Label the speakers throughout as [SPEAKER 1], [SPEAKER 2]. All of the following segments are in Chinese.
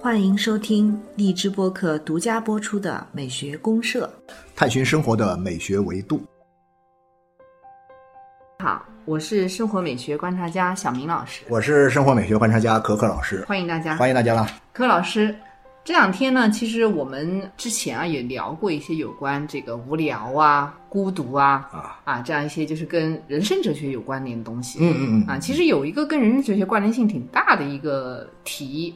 [SPEAKER 1] 欢迎收听荔枝播客独家播出的《美学公社
[SPEAKER 2] 探寻生活的美学维度。》。
[SPEAKER 1] 好，我是生活美学观察家小明老师，
[SPEAKER 2] 我是生活美学观察家可可老师，
[SPEAKER 1] 欢迎大家。
[SPEAKER 2] 欢迎大家啦！
[SPEAKER 1] 柯老师，这两天呢，其实我们之前啊也聊过一些有关这个无聊啊、孤独啊
[SPEAKER 2] 啊，
[SPEAKER 1] 啊这样一些就是跟人生哲学有关联的东西。
[SPEAKER 2] 嗯嗯嗯
[SPEAKER 1] 啊，其实有一个跟人生哲学关联性挺大的一个题，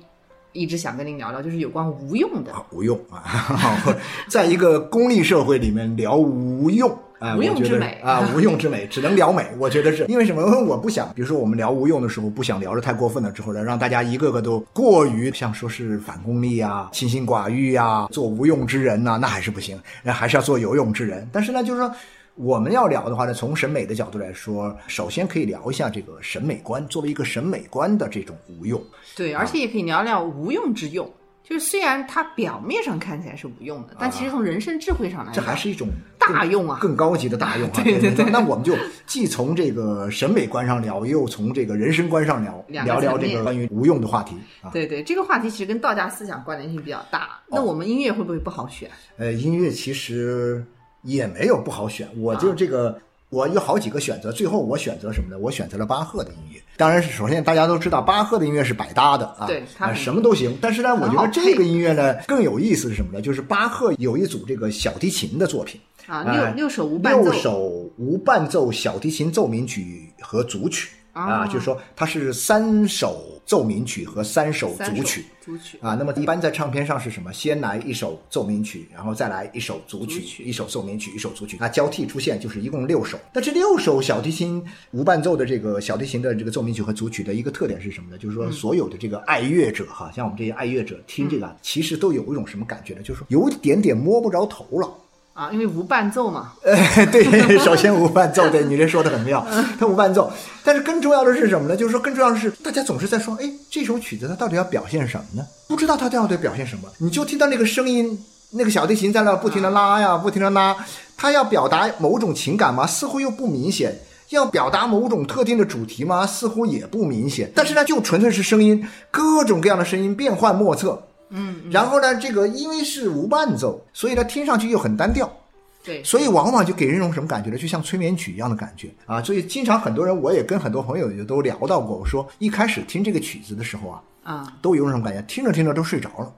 [SPEAKER 1] 一直想跟您聊聊，就是有关无用的。
[SPEAKER 2] 啊无用啊， 在一个功利社会里面聊无用。啊，
[SPEAKER 1] 无用
[SPEAKER 2] 我觉得
[SPEAKER 1] 之美
[SPEAKER 2] 啊，无用之美，只能聊美。我觉得是因为什么？因为我不想，比如说我们聊无用的时候，不想聊的太过分了，之后呢，让大家一个个都过于像说是反功利啊、清心寡欲啊、做无用之人呐、那还是不行，那还是要做有用之人。但是呢，就是说。我们要聊的话呢，从审美的角度来说，首先可以聊一下这个审美观，作为一个审美观的这种无用。
[SPEAKER 1] 对，而且也可以聊聊无用之用，就是虽然它表面上看起来是无用的，但其实从人生智慧上来
[SPEAKER 2] 啊这
[SPEAKER 1] 讲，
[SPEAKER 2] 还是一种更
[SPEAKER 1] 大用啊。
[SPEAKER 2] 更高级的大用啊！
[SPEAKER 1] 对对对
[SPEAKER 2] 那我们就既从这个审美观上聊，又从这个人生观上聊，
[SPEAKER 1] 两个
[SPEAKER 2] 聊聊
[SPEAKER 1] 层面
[SPEAKER 2] 这个关于无用的话题啊。
[SPEAKER 1] 对对，这个话题其实跟道家思想关联性比较大。
[SPEAKER 2] 哦
[SPEAKER 1] 那我们音乐会不会不好选？
[SPEAKER 2] 呃，音乐其实也没有不好选，我
[SPEAKER 1] 啊
[SPEAKER 2] 就这个。我有好几个选择，最后我选择什么呢？我选择了巴赫的音乐。当然是，首先大家都知道，巴赫的音乐是百搭的啊，
[SPEAKER 1] 对它
[SPEAKER 2] 啊
[SPEAKER 1] 很
[SPEAKER 2] 什么都行。但是呢，我觉
[SPEAKER 1] 好
[SPEAKER 2] 得这个
[SPEAKER 1] 配
[SPEAKER 2] 音乐呢更有意思是什么呢？就是巴赫有一组这个小提琴的作品，
[SPEAKER 1] 啊，
[SPEAKER 2] 哎
[SPEAKER 1] 六六首无伴奏，
[SPEAKER 2] 六首无伴奏小提琴奏鸣曲和组曲
[SPEAKER 1] 啊
[SPEAKER 2] 啊，就是说它是三首奏鸣曲和三首
[SPEAKER 1] 三
[SPEAKER 2] 组曲。
[SPEAKER 1] 组曲
[SPEAKER 2] 啊，那么一般在唱片上是什么？先来一首奏鸣曲，然后再来一首组曲，
[SPEAKER 1] 组曲
[SPEAKER 2] 一首奏鸣曲，一首组曲，啊，交替出现，就是一共六首。那这六首小提琴无伴奏的这个小提琴的这个奏鸣曲和组曲的一个特点是什么呢？就是说，
[SPEAKER 1] 嗯
[SPEAKER 2] 所有的这个爱乐者哈，像我们这些爱乐者听这个
[SPEAKER 1] 嗯
[SPEAKER 2] 啊，其实都有一种什么感觉呢？就是说有一点点摸不着头了。
[SPEAKER 1] 啊，因为无伴奏嘛，
[SPEAKER 2] 对，首先无伴奏，对你这说的很 妙，它无伴奏。但是更重要的是什么呢？就是说更重要的是，大家总是在说，哎，这首曲子它到底要表现什么呢？不知道它到底表现什么，你就听到那个声音，那个小提琴在那不停的拉呀，不停的拉，它要表达某种情感吗？似乎又不明显。要表达某种特定的主题吗？似乎也不明显。但是呢，就纯粹是声音，各种各样的声音变幻莫测。
[SPEAKER 1] 嗯，
[SPEAKER 2] 然后呢，这个因为是无伴奏，所以呢，听上去又很单调。
[SPEAKER 1] 对，
[SPEAKER 2] 所以往往就给人一种什么感觉呢？就像催眠曲一样的感觉啊！所以经常很多人，我也跟很多朋友也都聊到过，我说一开始听这个曲子的时候啊，
[SPEAKER 1] 啊，
[SPEAKER 2] 都有一种感觉，听着听着都睡着了，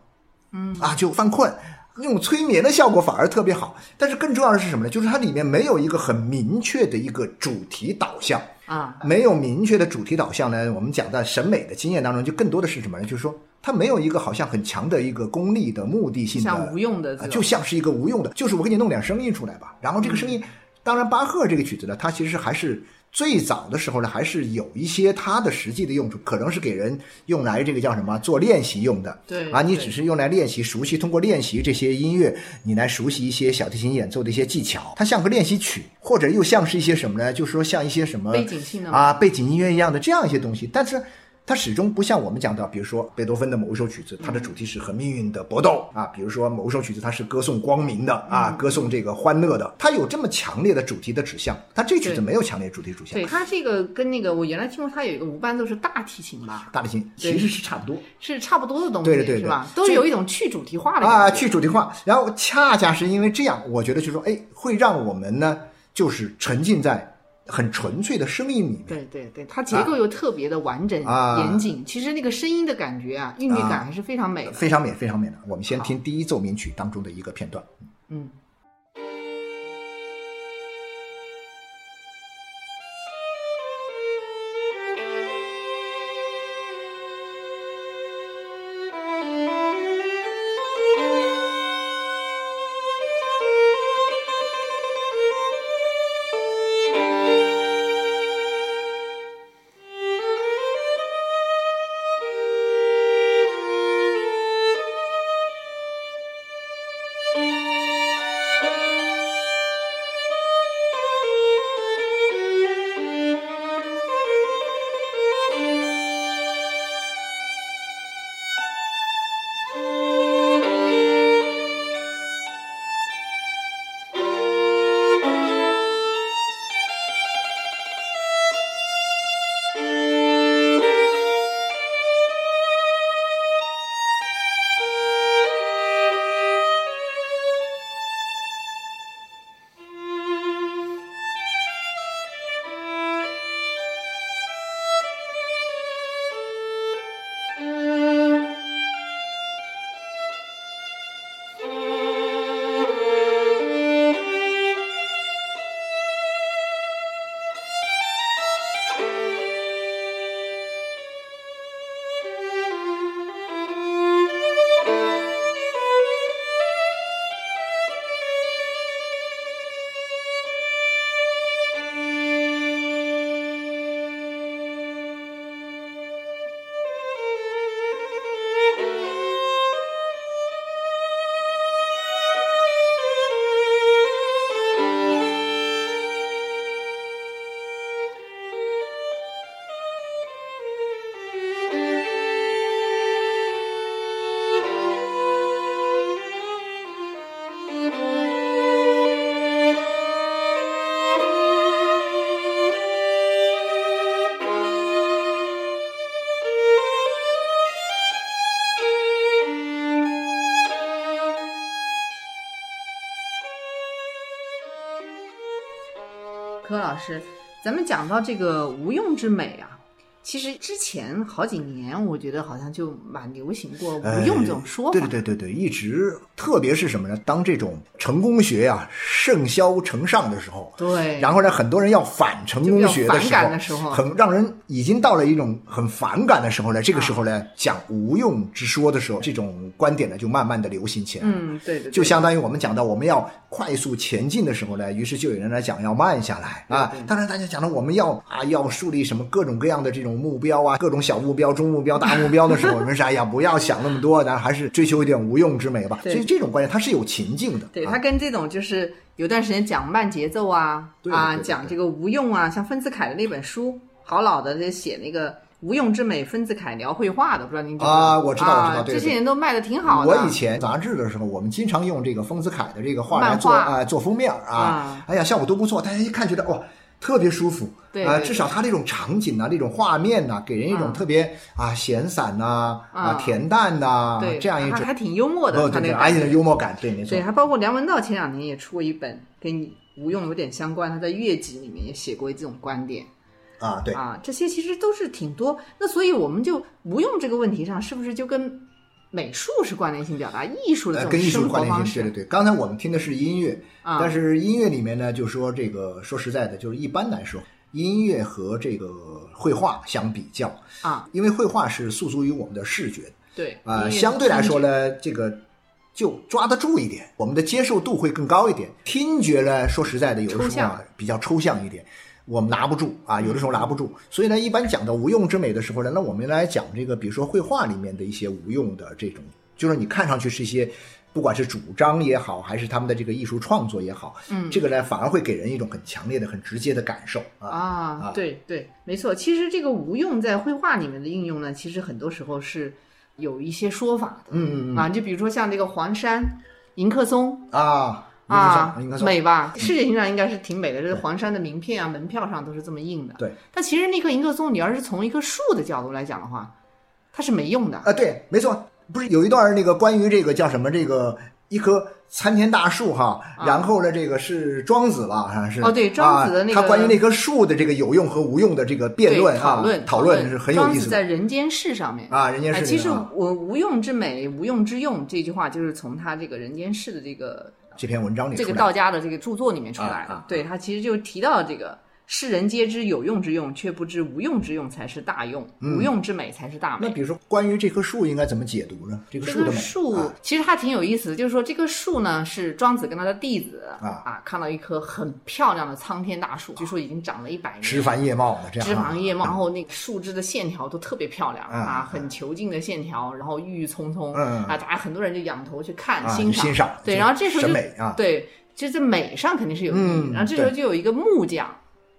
[SPEAKER 2] 嗯啊就犯困。那种催眠的效果反而特别好，但是更重要的是什么呢？就是它里面没有一个很明确的一个主题导向，
[SPEAKER 1] 啊，
[SPEAKER 2] 没有明确的主题导向呢，我们讲在审美的经验当中，就更多的是什么呢？就是说它没有一个好像很强的一个功利的目的性的，
[SPEAKER 1] 像无用的
[SPEAKER 2] 啊，
[SPEAKER 1] 这
[SPEAKER 2] 就
[SPEAKER 1] 种，
[SPEAKER 2] 像是一个无用的，就是我给你弄点声音出来吧。然后这个声音，当然巴赫这个曲子呢，它其实还是最早的时候呢，还是有一些它的实际的用处，可能是给人用来这个叫什么做练习用的。
[SPEAKER 1] 对
[SPEAKER 2] 啊，你
[SPEAKER 1] 对
[SPEAKER 2] 只是用来练习熟悉，通过练习这些音乐，你来熟悉一些小提琴演奏的一些技巧。它像个练习曲，或者又像是一些什么呢？就是说像一些什么
[SPEAKER 1] 背景性的嘛
[SPEAKER 2] 啊，背景音乐一样的这样一些东西，但是。它始终不像我们讲到，比如说贝多芬的某一首曲子，它的主题是和命运的搏斗啊；比如说某一首曲子，它是歌颂光明的
[SPEAKER 1] 嗯
[SPEAKER 2] 啊，歌颂这个欢乐的，它有这么强烈的主题的指向。但这曲子
[SPEAKER 1] 对
[SPEAKER 2] 没有强烈主题指向
[SPEAKER 1] 对，它这个跟那个我原来听过，它有一个无伴奏是大提琴吧，
[SPEAKER 2] 大提琴
[SPEAKER 1] 对
[SPEAKER 2] 其实是差不多
[SPEAKER 1] 是差不多的东西，
[SPEAKER 2] 对对对
[SPEAKER 1] 是吧？
[SPEAKER 2] 对
[SPEAKER 1] 都有一种去主题化的
[SPEAKER 2] 啊，
[SPEAKER 1] 感觉
[SPEAKER 2] 去主题化。然后恰恰是因为这样，我觉得就是说，哎，会让我们呢，就是沉浸在很纯粹的声音里面。
[SPEAKER 1] 对对对，它结构又特别的完整、
[SPEAKER 2] 啊
[SPEAKER 1] 严谨。其实那个声音的感觉啊，韵律感还是非常美的。
[SPEAKER 2] 非常美，非常美的。我们先
[SPEAKER 1] 好
[SPEAKER 2] 听第一奏鸣曲当中的一个片段。
[SPEAKER 1] 嗯，
[SPEAKER 3] Thank
[SPEAKER 1] 柯老师，咱们讲到这个无用之美啊，其实之前好几年，我觉得好像就蛮流行过无用这种说法。
[SPEAKER 2] 哎对对对对对，一直特别是什么呢？当这种成功学呀、盛嚣成上的时候，
[SPEAKER 1] 对
[SPEAKER 2] 然后呢，很多人要反成功学的
[SPEAKER 1] 就比较反
[SPEAKER 2] 时候，
[SPEAKER 1] 感的时候
[SPEAKER 2] 很让人已经到了一种很反感的时候呢。这个时候
[SPEAKER 1] 啊
[SPEAKER 2] 呢，讲无用之说的时候，这种观点呢就慢慢的流行起来。
[SPEAKER 1] 嗯，对对对，
[SPEAKER 2] 就相当于我们讲到我们要快速前进的时候呢，于是就有人来讲要慢下来啊
[SPEAKER 1] 对。
[SPEAKER 2] 当然，大家讲到我们要啊要树立什么各种各样的这种目标啊，各种小目标、中目标、大目标的时候，我们说哎呀不要想那么多，咱还是追求一点无用之美吧。所
[SPEAKER 1] 对
[SPEAKER 2] 以这种观念它是有情境的。
[SPEAKER 1] 对
[SPEAKER 2] 啊
[SPEAKER 1] 他跟这种就是有段时间讲慢节奏啊
[SPEAKER 2] 对
[SPEAKER 1] 啊，
[SPEAKER 2] 对对
[SPEAKER 1] 讲
[SPEAKER 2] 对
[SPEAKER 1] 这个无用啊，像丰子恺的那本书，好老的这写那个《无用之美》，丰子恺聊绘画的，不知道您知不
[SPEAKER 2] 啊我知道我知道
[SPEAKER 1] 啊
[SPEAKER 2] 对
[SPEAKER 1] 这
[SPEAKER 2] 对
[SPEAKER 1] 些年都卖的挺好的。
[SPEAKER 2] 我以前杂志的时候，我们经常用这个丰子恺的这个画来
[SPEAKER 1] 漫
[SPEAKER 2] 做
[SPEAKER 1] 画
[SPEAKER 2] 啊、做封面儿啊
[SPEAKER 1] 啊，
[SPEAKER 2] 哎呀效果都不错，大家一看觉得哇。特别舒服，
[SPEAKER 1] 对
[SPEAKER 2] 啊、
[SPEAKER 1] 对
[SPEAKER 2] 至少它这种场景呐、这种画面呐、给人一种
[SPEAKER 1] 嗯
[SPEAKER 2] 特别啊闲散呐、
[SPEAKER 1] 嗯
[SPEAKER 2] 啊、恬淡呐、
[SPEAKER 1] 对
[SPEAKER 2] 啊这样一
[SPEAKER 1] 还
[SPEAKER 2] 种，
[SPEAKER 1] 还挺幽默的，
[SPEAKER 2] 哦
[SPEAKER 1] 他
[SPEAKER 2] 对
[SPEAKER 1] 那
[SPEAKER 2] 对，
[SPEAKER 1] 个
[SPEAKER 2] 而
[SPEAKER 1] 感觉
[SPEAKER 2] 且幽默感，对，没错
[SPEAKER 1] 对，，还包括梁文道前两年也出过一本跟你无用有点相关，他在月集里面也写过这种观点。
[SPEAKER 2] 啊，对，
[SPEAKER 1] 啊，这些其实都是挺多。那所以我们就无用这个问题上，是不是就跟美术是关联性表达，艺术的
[SPEAKER 2] 呃，
[SPEAKER 1] 这
[SPEAKER 2] 跟
[SPEAKER 1] 种
[SPEAKER 2] 艺术
[SPEAKER 1] 生
[SPEAKER 2] 关
[SPEAKER 1] 活
[SPEAKER 2] 联
[SPEAKER 1] 方
[SPEAKER 2] 性，对
[SPEAKER 1] 式？
[SPEAKER 2] 对对。刚才我们听的是音乐，
[SPEAKER 1] 啊
[SPEAKER 2] 但是音乐里面呢，就说这个，说实在的，就是一般来说，音乐和这个绘画相比较，
[SPEAKER 1] 啊，
[SPEAKER 2] 因为绘画是诉诸于我们的视觉，
[SPEAKER 1] 对
[SPEAKER 2] 啊，相对来说
[SPEAKER 1] 呢，
[SPEAKER 2] 呢，这个就抓得住一点，我们的接受度会更高一点。听觉呢，说实在的，有的
[SPEAKER 1] 抽
[SPEAKER 2] 时候啊
[SPEAKER 1] 象
[SPEAKER 2] 比较抽象一点，我们拿不住啊，有的时候拿不住。所以呢，一般讲到无用之美的时候呢，那我们来讲这个，比如说绘画里面的一些无用的这种，就是你看上去是一些。不管是主张也好，还是他们的这个艺术创作也好，
[SPEAKER 1] 嗯
[SPEAKER 2] 这个呢反而会给人一种很强烈的、很直接的感受啊。
[SPEAKER 1] 啊
[SPEAKER 2] 啊，
[SPEAKER 1] 对对，没错。其实这个无用在绘画里面的应用呢，其实很多时候是有一些说法的、
[SPEAKER 2] 嗯嗯
[SPEAKER 1] 啊，就比如说像这个黄山、迎客松。
[SPEAKER 2] 嗯啊
[SPEAKER 1] 啊
[SPEAKER 2] 应该，说
[SPEAKER 1] 美吧？世界形象应该是挺美的，这是黄山的名片啊，门票上都是这么印的。
[SPEAKER 2] 对，
[SPEAKER 1] 但其实那棵迎客松，你要是从一棵树的角度来讲的话，它是没用的。
[SPEAKER 2] 啊，对，没错，不是有一段那个关于这个叫什么这个一棵参天大树哈，然后呢，这个是庄子吧，好像是
[SPEAKER 1] 啊哦对庄子的那
[SPEAKER 2] 啊、他
[SPEAKER 1] 个
[SPEAKER 2] 关于那棵树的这个有用和无用的这个辩
[SPEAKER 1] 对
[SPEAKER 2] 论啊，
[SPEAKER 1] 讨论
[SPEAKER 2] 讨
[SPEAKER 1] 论
[SPEAKER 2] 是很有意
[SPEAKER 1] 庄
[SPEAKER 2] 思
[SPEAKER 1] 子
[SPEAKER 2] 的
[SPEAKER 1] 在《人间世》上面，
[SPEAKER 2] 啊，人家
[SPEAKER 1] 哎，
[SPEAKER 2] 是
[SPEAKER 1] 其实
[SPEAKER 2] 那个啊
[SPEAKER 1] 我无用之美，无用之用这句话就是从他这个《人间世》的这个
[SPEAKER 2] 这篇文章里
[SPEAKER 1] 这
[SPEAKER 2] 出
[SPEAKER 1] 个
[SPEAKER 2] 来
[SPEAKER 1] 道家的这个著作里面出来的。
[SPEAKER 2] 啊啊
[SPEAKER 1] 对他其实就提到这个世人皆知有用之用，却不知无用之用才是大用，
[SPEAKER 2] 嗯
[SPEAKER 1] 无用之美才是大美
[SPEAKER 2] 那。比如说关于这棵树应该怎么解读呢？这个
[SPEAKER 1] 这
[SPEAKER 2] 树的
[SPEAKER 1] 棵
[SPEAKER 2] 美
[SPEAKER 1] 树
[SPEAKER 2] 啊
[SPEAKER 1] 其实它挺有意思的，就是说这棵树呢是庄子跟他的弟子
[SPEAKER 2] 啊
[SPEAKER 1] 看到一棵很漂亮的苍天大树，据说已经长了一百年，
[SPEAKER 2] 枝繁叶茂的这样、啊，
[SPEAKER 1] 枝繁叶茂，然后那个树枝的线条都特别漂亮
[SPEAKER 2] 嗯
[SPEAKER 1] 啊，很遒劲的线条，然后郁郁葱葱
[SPEAKER 2] 嗯嗯
[SPEAKER 1] 啊，大家很多人就仰头去看
[SPEAKER 2] 啊
[SPEAKER 1] 欣
[SPEAKER 2] 欣赏
[SPEAKER 1] 对，
[SPEAKER 2] 这
[SPEAKER 1] 然后这时候
[SPEAKER 2] 审
[SPEAKER 1] 就
[SPEAKER 2] 美啊
[SPEAKER 1] 对，就在美上肯定是有意义
[SPEAKER 2] 嗯
[SPEAKER 1] 的。然后这时候就有一个木匠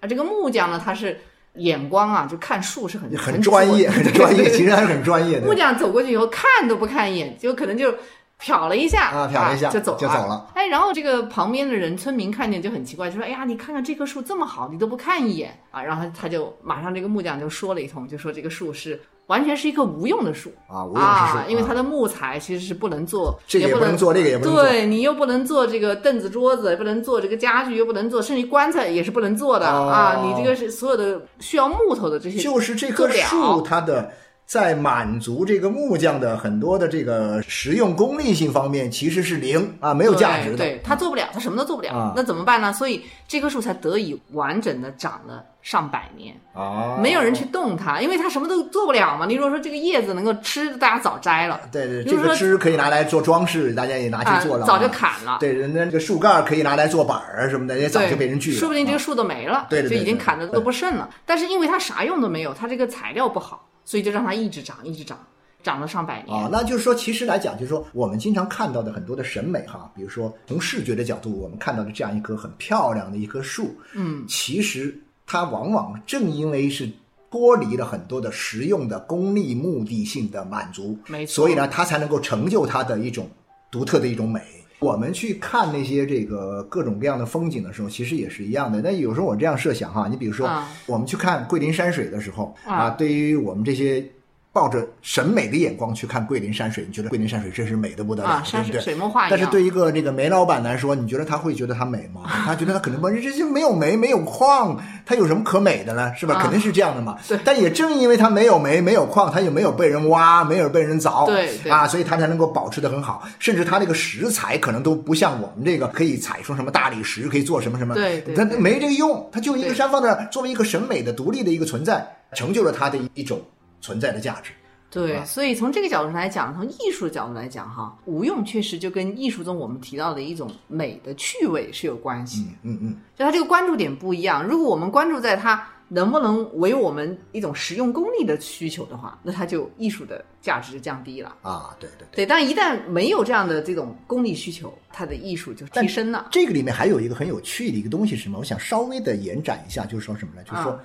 [SPEAKER 1] 啊，这个木匠呢，他是眼光啊，就看树是很
[SPEAKER 2] 很专业，
[SPEAKER 1] 准
[SPEAKER 2] 很
[SPEAKER 1] 的
[SPEAKER 2] 专 业，
[SPEAKER 1] 对对对
[SPEAKER 2] 其实还是很专业的
[SPEAKER 1] 木匠走过去以后看都不看一眼，就可能就瞟了一下
[SPEAKER 2] 啊瞟了一下
[SPEAKER 1] 就走了
[SPEAKER 2] 就走了。
[SPEAKER 1] 哎，然后这个旁边的人村民看见就很奇怪，就说：“哎呀，你看看这棵树这么好，你都不看一眼啊！”然后他就马上这个木匠就说了一通，就说这个树是完全是一棵无用的树。
[SPEAKER 2] 啊，无用之树、
[SPEAKER 1] 啊，因为
[SPEAKER 2] 啊
[SPEAKER 1] 它的木材其实是不能做，
[SPEAKER 2] 这个也
[SPEAKER 1] 不
[SPEAKER 2] 不能做，那个也不能做，
[SPEAKER 1] 对你又不能做这个凳子、桌子，也不能做这个家具，又不能做，甚至棺材也是不能做的、
[SPEAKER 2] 哦
[SPEAKER 1] 啊！你这个是所有的需要木头的这些，
[SPEAKER 2] 就是这
[SPEAKER 1] 做
[SPEAKER 2] 棵
[SPEAKER 1] 不
[SPEAKER 2] 树，
[SPEAKER 1] 了
[SPEAKER 2] 它的在满足这个木匠的很多的这个实用功利性方面，其实是零啊，没有价值的。
[SPEAKER 1] 对，对他做不了，他什么都做不了，
[SPEAKER 2] 啊
[SPEAKER 1] 那怎么办呢？所以这棵树才得以完整的长了上百年，
[SPEAKER 2] 啊，
[SPEAKER 1] 没有人去动它，因为它什么都做不了嘛。你如果说这个叶子能够吃，大家早摘了
[SPEAKER 2] 对对，
[SPEAKER 1] 比
[SPEAKER 2] 这
[SPEAKER 1] 如说
[SPEAKER 2] 个枝可以拿来做装饰，大家也拿
[SPEAKER 1] 啊
[SPEAKER 2] 去做了，，
[SPEAKER 1] 早就。砍了。
[SPEAKER 2] 对，人家这个树干儿可以拿来做板儿啊什么的，也早
[SPEAKER 1] 对，
[SPEAKER 2] 就被人锯了。
[SPEAKER 1] 说不定这个
[SPEAKER 2] 啊
[SPEAKER 1] 树都没了，
[SPEAKER 2] 对对对
[SPEAKER 1] 就已经砍的都不剩了。但是因为它啥用都没有，它这个材料不好，所以就让它一直长，一直长，长了上百年。
[SPEAKER 2] 啊，那就是说，其实来讲，就是说我们经常看到的很多的审美哈，比如说从视觉的角度，我们看到的这样一棵很漂亮的一棵树，
[SPEAKER 1] 嗯，
[SPEAKER 2] 其实它往往正因为是脱离了很多的实用的功利目的性的满足，
[SPEAKER 1] 没错
[SPEAKER 2] 所以呢，它才能够成就它的一种独特的一种美。我们去看那些这个各种各样的风景的时候，其实也是一样的。那有时候我这样设想哈，你比如说
[SPEAKER 1] 啊
[SPEAKER 2] 我们去看桂林山水的时候
[SPEAKER 1] 啊
[SPEAKER 2] 啊，对于我们这些抱着审美的眼光去看桂林山水，你觉得桂林山水真是美的不得了，
[SPEAKER 1] 啊，山
[SPEAKER 2] 对不
[SPEAKER 1] 水
[SPEAKER 2] 对？
[SPEAKER 1] 水墨画一
[SPEAKER 2] 但
[SPEAKER 1] 样。
[SPEAKER 2] 是对一个这个煤老板来说，你觉得他会觉得它美 吗？他觉得他可能不，这就没有煤，没有矿，它有什么可美的呢？是吧？
[SPEAKER 1] 啊
[SPEAKER 2] 肯定是这样的嘛。
[SPEAKER 1] 对
[SPEAKER 2] 但也正因为它没有煤，没有矿，它也没有被人挖，没有被人凿，
[SPEAKER 1] 对对
[SPEAKER 2] 啊，所以它才能够保持得很好。甚至它这个食材可能都不像我们这个可以采出什么大理石，可以做什么什么，
[SPEAKER 1] 对对
[SPEAKER 2] 它
[SPEAKER 1] 对
[SPEAKER 2] 没这个用，它就一个
[SPEAKER 1] 对
[SPEAKER 2] 山放那儿，作为一个审美的独立的一个存在，成就了它的一种存在的价值。
[SPEAKER 1] 对，
[SPEAKER 2] 啊
[SPEAKER 1] 所以从这个角度上来讲，从艺术角度来讲，哈，无用确实就跟艺术中我们提到的一种美的趣味是有关系的。
[SPEAKER 2] 嗯嗯，
[SPEAKER 1] 就它这个关注点不一样。如果我们关注在它能不能为我们一种实用功利的需求的话，那它就艺术的价值就降低了。
[SPEAKER 2] 啊，对对
[SPEAKER 1] 对，
[SPEAKER 2] 对。
[SPEAKER 1] 但一旦没有这样的这种功利需求，它的艺术就提升了。
[SPEAKER 2] 这个里面还有一个很有趣的一个东西是什么？我想稍微的延展一下，就是说什么呢？就是说
[SPEAKER 1] 啊，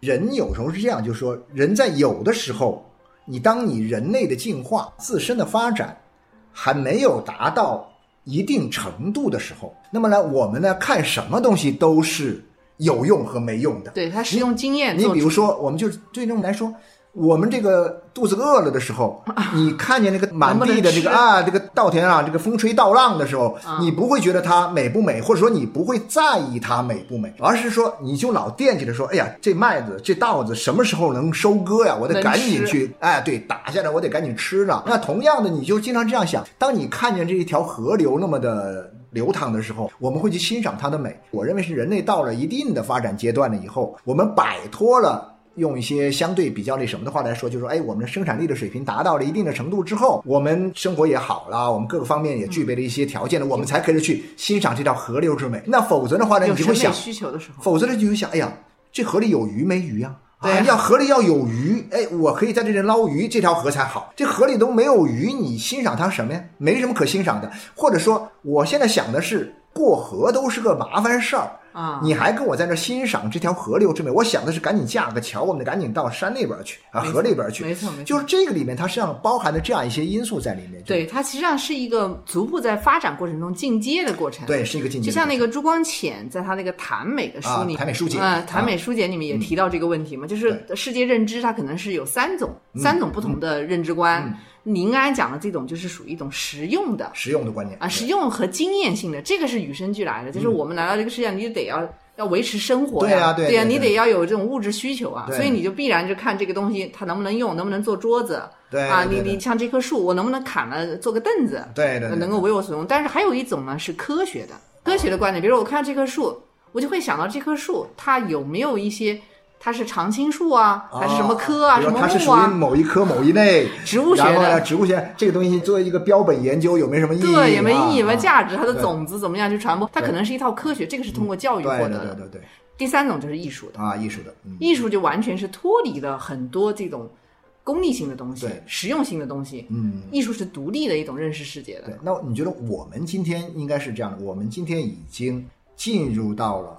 [SPEAKER 2] 人有时候是这样，就是说，人在有的时候，你当你人类的进化、自身的发展还没有达到一定程度的时候，那么呢，我们呢看什么东西都是有用和没用的。
[SPEAKER 1] 对，它使用经验
[SPEAKER 2] 你
[SPEAKER 1] 做
[SPEAKER 2] 比
[SPEAKER 1] 出
[SPEAKER 2] 如说，我们就是最终来说，我们这个肚子饿了的时 候，你看见那个满地的
[SPEAKER 1] 能不能
[SPEAKER 2] 这个
[SPEAKER 1] 吃啊
[SPEAKER 2] 啊，这个稻田啊，这个风吹稻浪的时候，你不会觉得它美不美，或者说你不会在意它美不美，而是说你就老惦记着说，哎呀，这麦子这稻子什么时候能收割呀？我得
[SPEAKER 1] 能
[SPEAKER 2] 赶紧
[SPEAKER 1] 吃
[SPEAKER 2] 去，哎，对，打下来，我得赶紧吃呢。那同样的，你就经常这样想，当你看见这一条河流那么的。流淌的时候，我们会去欣赏它的美。我认为是人类到了一定的发展阶段了以后，我们摆脱了用一些相对比较那什么的话来说，就是说，哎，我们的生产力的水平达到了一定的程度之后，我们生活也好了，我们各个方面也具备了一些条件了，我们才可以去欣赏这条河流之美。那否则的话呢，你
[SPEAKER 1] 有
[SPEAKER 2] 就
[SPEAKER 1] 审
[SPEAKER 2] 会
[SPEAKER 1] 美
[SPEAKER 2] 想，
[SPEAKER 1] 需求的时候，
[SPEAKER 2] 否则呢，就会想，哎呀，这河里有鱼没鱼呀、啊？
[SPEAKER 1] 对啊
[SPEAKER 2] 要河里要有鱼，哎，我可以在这里捞鱼，这条河才好。这河里都没有鱼，你欣赏它什么呀？没什么可欣赏的。或者说，我现在想的是，过河都是个麻烦事儿，
[SPEAKER 1] 啊，
[SPEAKER 2] 你还跟我在这欣赏这条河流之美？我想的是赶紧架个桥，我们赶紧到山那边去啊，
[SPEAKER 1] 没错
[SPEAKER 2] 河那边去。
[SPEAKER 1] 没错没错，
[SPEAKER 2] 就是这个里面，它实际上包含的这样一些因素在里面。
[SPEAKER 1] 对，它实际上是一个逐步在发展过程中进阶的过程。
[SPEAKER 2] 对，是一个境界。
[SPEAKER 1] 就像那个朱光潜在他那个谈美的书
[SPEAKER 2] 啊
[SPEAKER 1] 里，
[SPEAKER 2] 谈美啊术界
[SPEAKER 1] 呃，谈美术界里面也
[SPEAKER 2] 嗯
[SPEAKER 1] 提到这个问题嘛，就是世界认知它可能是有三种、
[SPEAKER 2] 嗯
[SPEAKER 1] 三种不同的认知观。您刚才讲的这种就是属于一种实用的
[SPEAKER 2] 实用的观念
[SPEAKER 1] 啊，实用和经验性的，这个是与生俱来的，就是我们来到这个世界，你就得要。要维持生活
[SPEAKER 2] 嗯对啊
[SPEAKER 1] 呀，
[SPEAKER 2] 对
[SPEAKER 1] 呀，
[SPEAKER 2] 对
[SPEAKER 1] 你
[SPEAKER 2] 对
[SPEAKER 1] 得要有这种物质需求啊，
[SPEAKER 2] 对
[SPEAKER 1] 所以你就必然就看这个东西它能不能用，能不能做桌子
[SPEAKER 2] 对
[SPEAKER 1] 啊，
[SPEAKER 2] 对
[SPEAKER 1] 你
[SPEAKER 2] 对
[SPEAKER 1] 你像这棵树，我能不能砍了做个凳子，
[SPEAKER 2] 对对
[SPEAKER 1] 呃
[SPEAKER 2] 对，
[SPEAKER 1] 能够为我所用。但是还有一种呢是科学的，科学的观点，比如我看这棵树，我就会想到这棵树它有没有一些，它是常青树啊，还是什么科啊，
[SPEAKER 2] 哦比
[SPEAKER 1] 什
[SPEAKER 2] 如
[SPEAKER 1] 么
[SPEAKER 2] 说它是
[SPEAKER 1] 木
[SPEAKER 2] 属于
[SPEAKER 1] 啊，
[SPEAKER 2] 某一科某一类
[SPEAKER 1] 植物学
[SPEAKER 2] 然后呢，
[SPEAKER 1] 的，
[SPEAKER 2] 植物学这个东西作为一个标本研究，有没什么意义？
[SPEAKER 1] 对，也没意义，也
[SPEAKER 2] 啊
[SPEAKER 1] 没价值，它的
[SPEAKER 2] 对
[SPEAKER 1] 种子怎么样去传播，它
[SPEAKER 2] 对
[SPEAKER 1] 可能是一套科学，这个是通过教
[SPEAKER 2] 对
[SPEAKER 1] 育获
[SPEAKER 2] 啊对
[SPEAKER 1] 得
[SPEAKER 2] 对
[SPEAKER 1] 的。
[SPEAKER 2] 对对，
[SPEAKER 1] 第三种就是艺术的，
[SPEAKER 2] 啊，艺术的，嗯，
[SPEAKER 1] 艺术就完全是脱离了很多这种功利性的东西
[SPEAKER 2] 对、
[SPEAKER 1] 实用性的东西，
[SPEAKER 2] 嗯，
[SPEAKER 1] 艺术是独立的一种认识世界的
[SPEAKER 2] 对。。那你觉得我们今天应该是这样的？我们今天已经进入到了。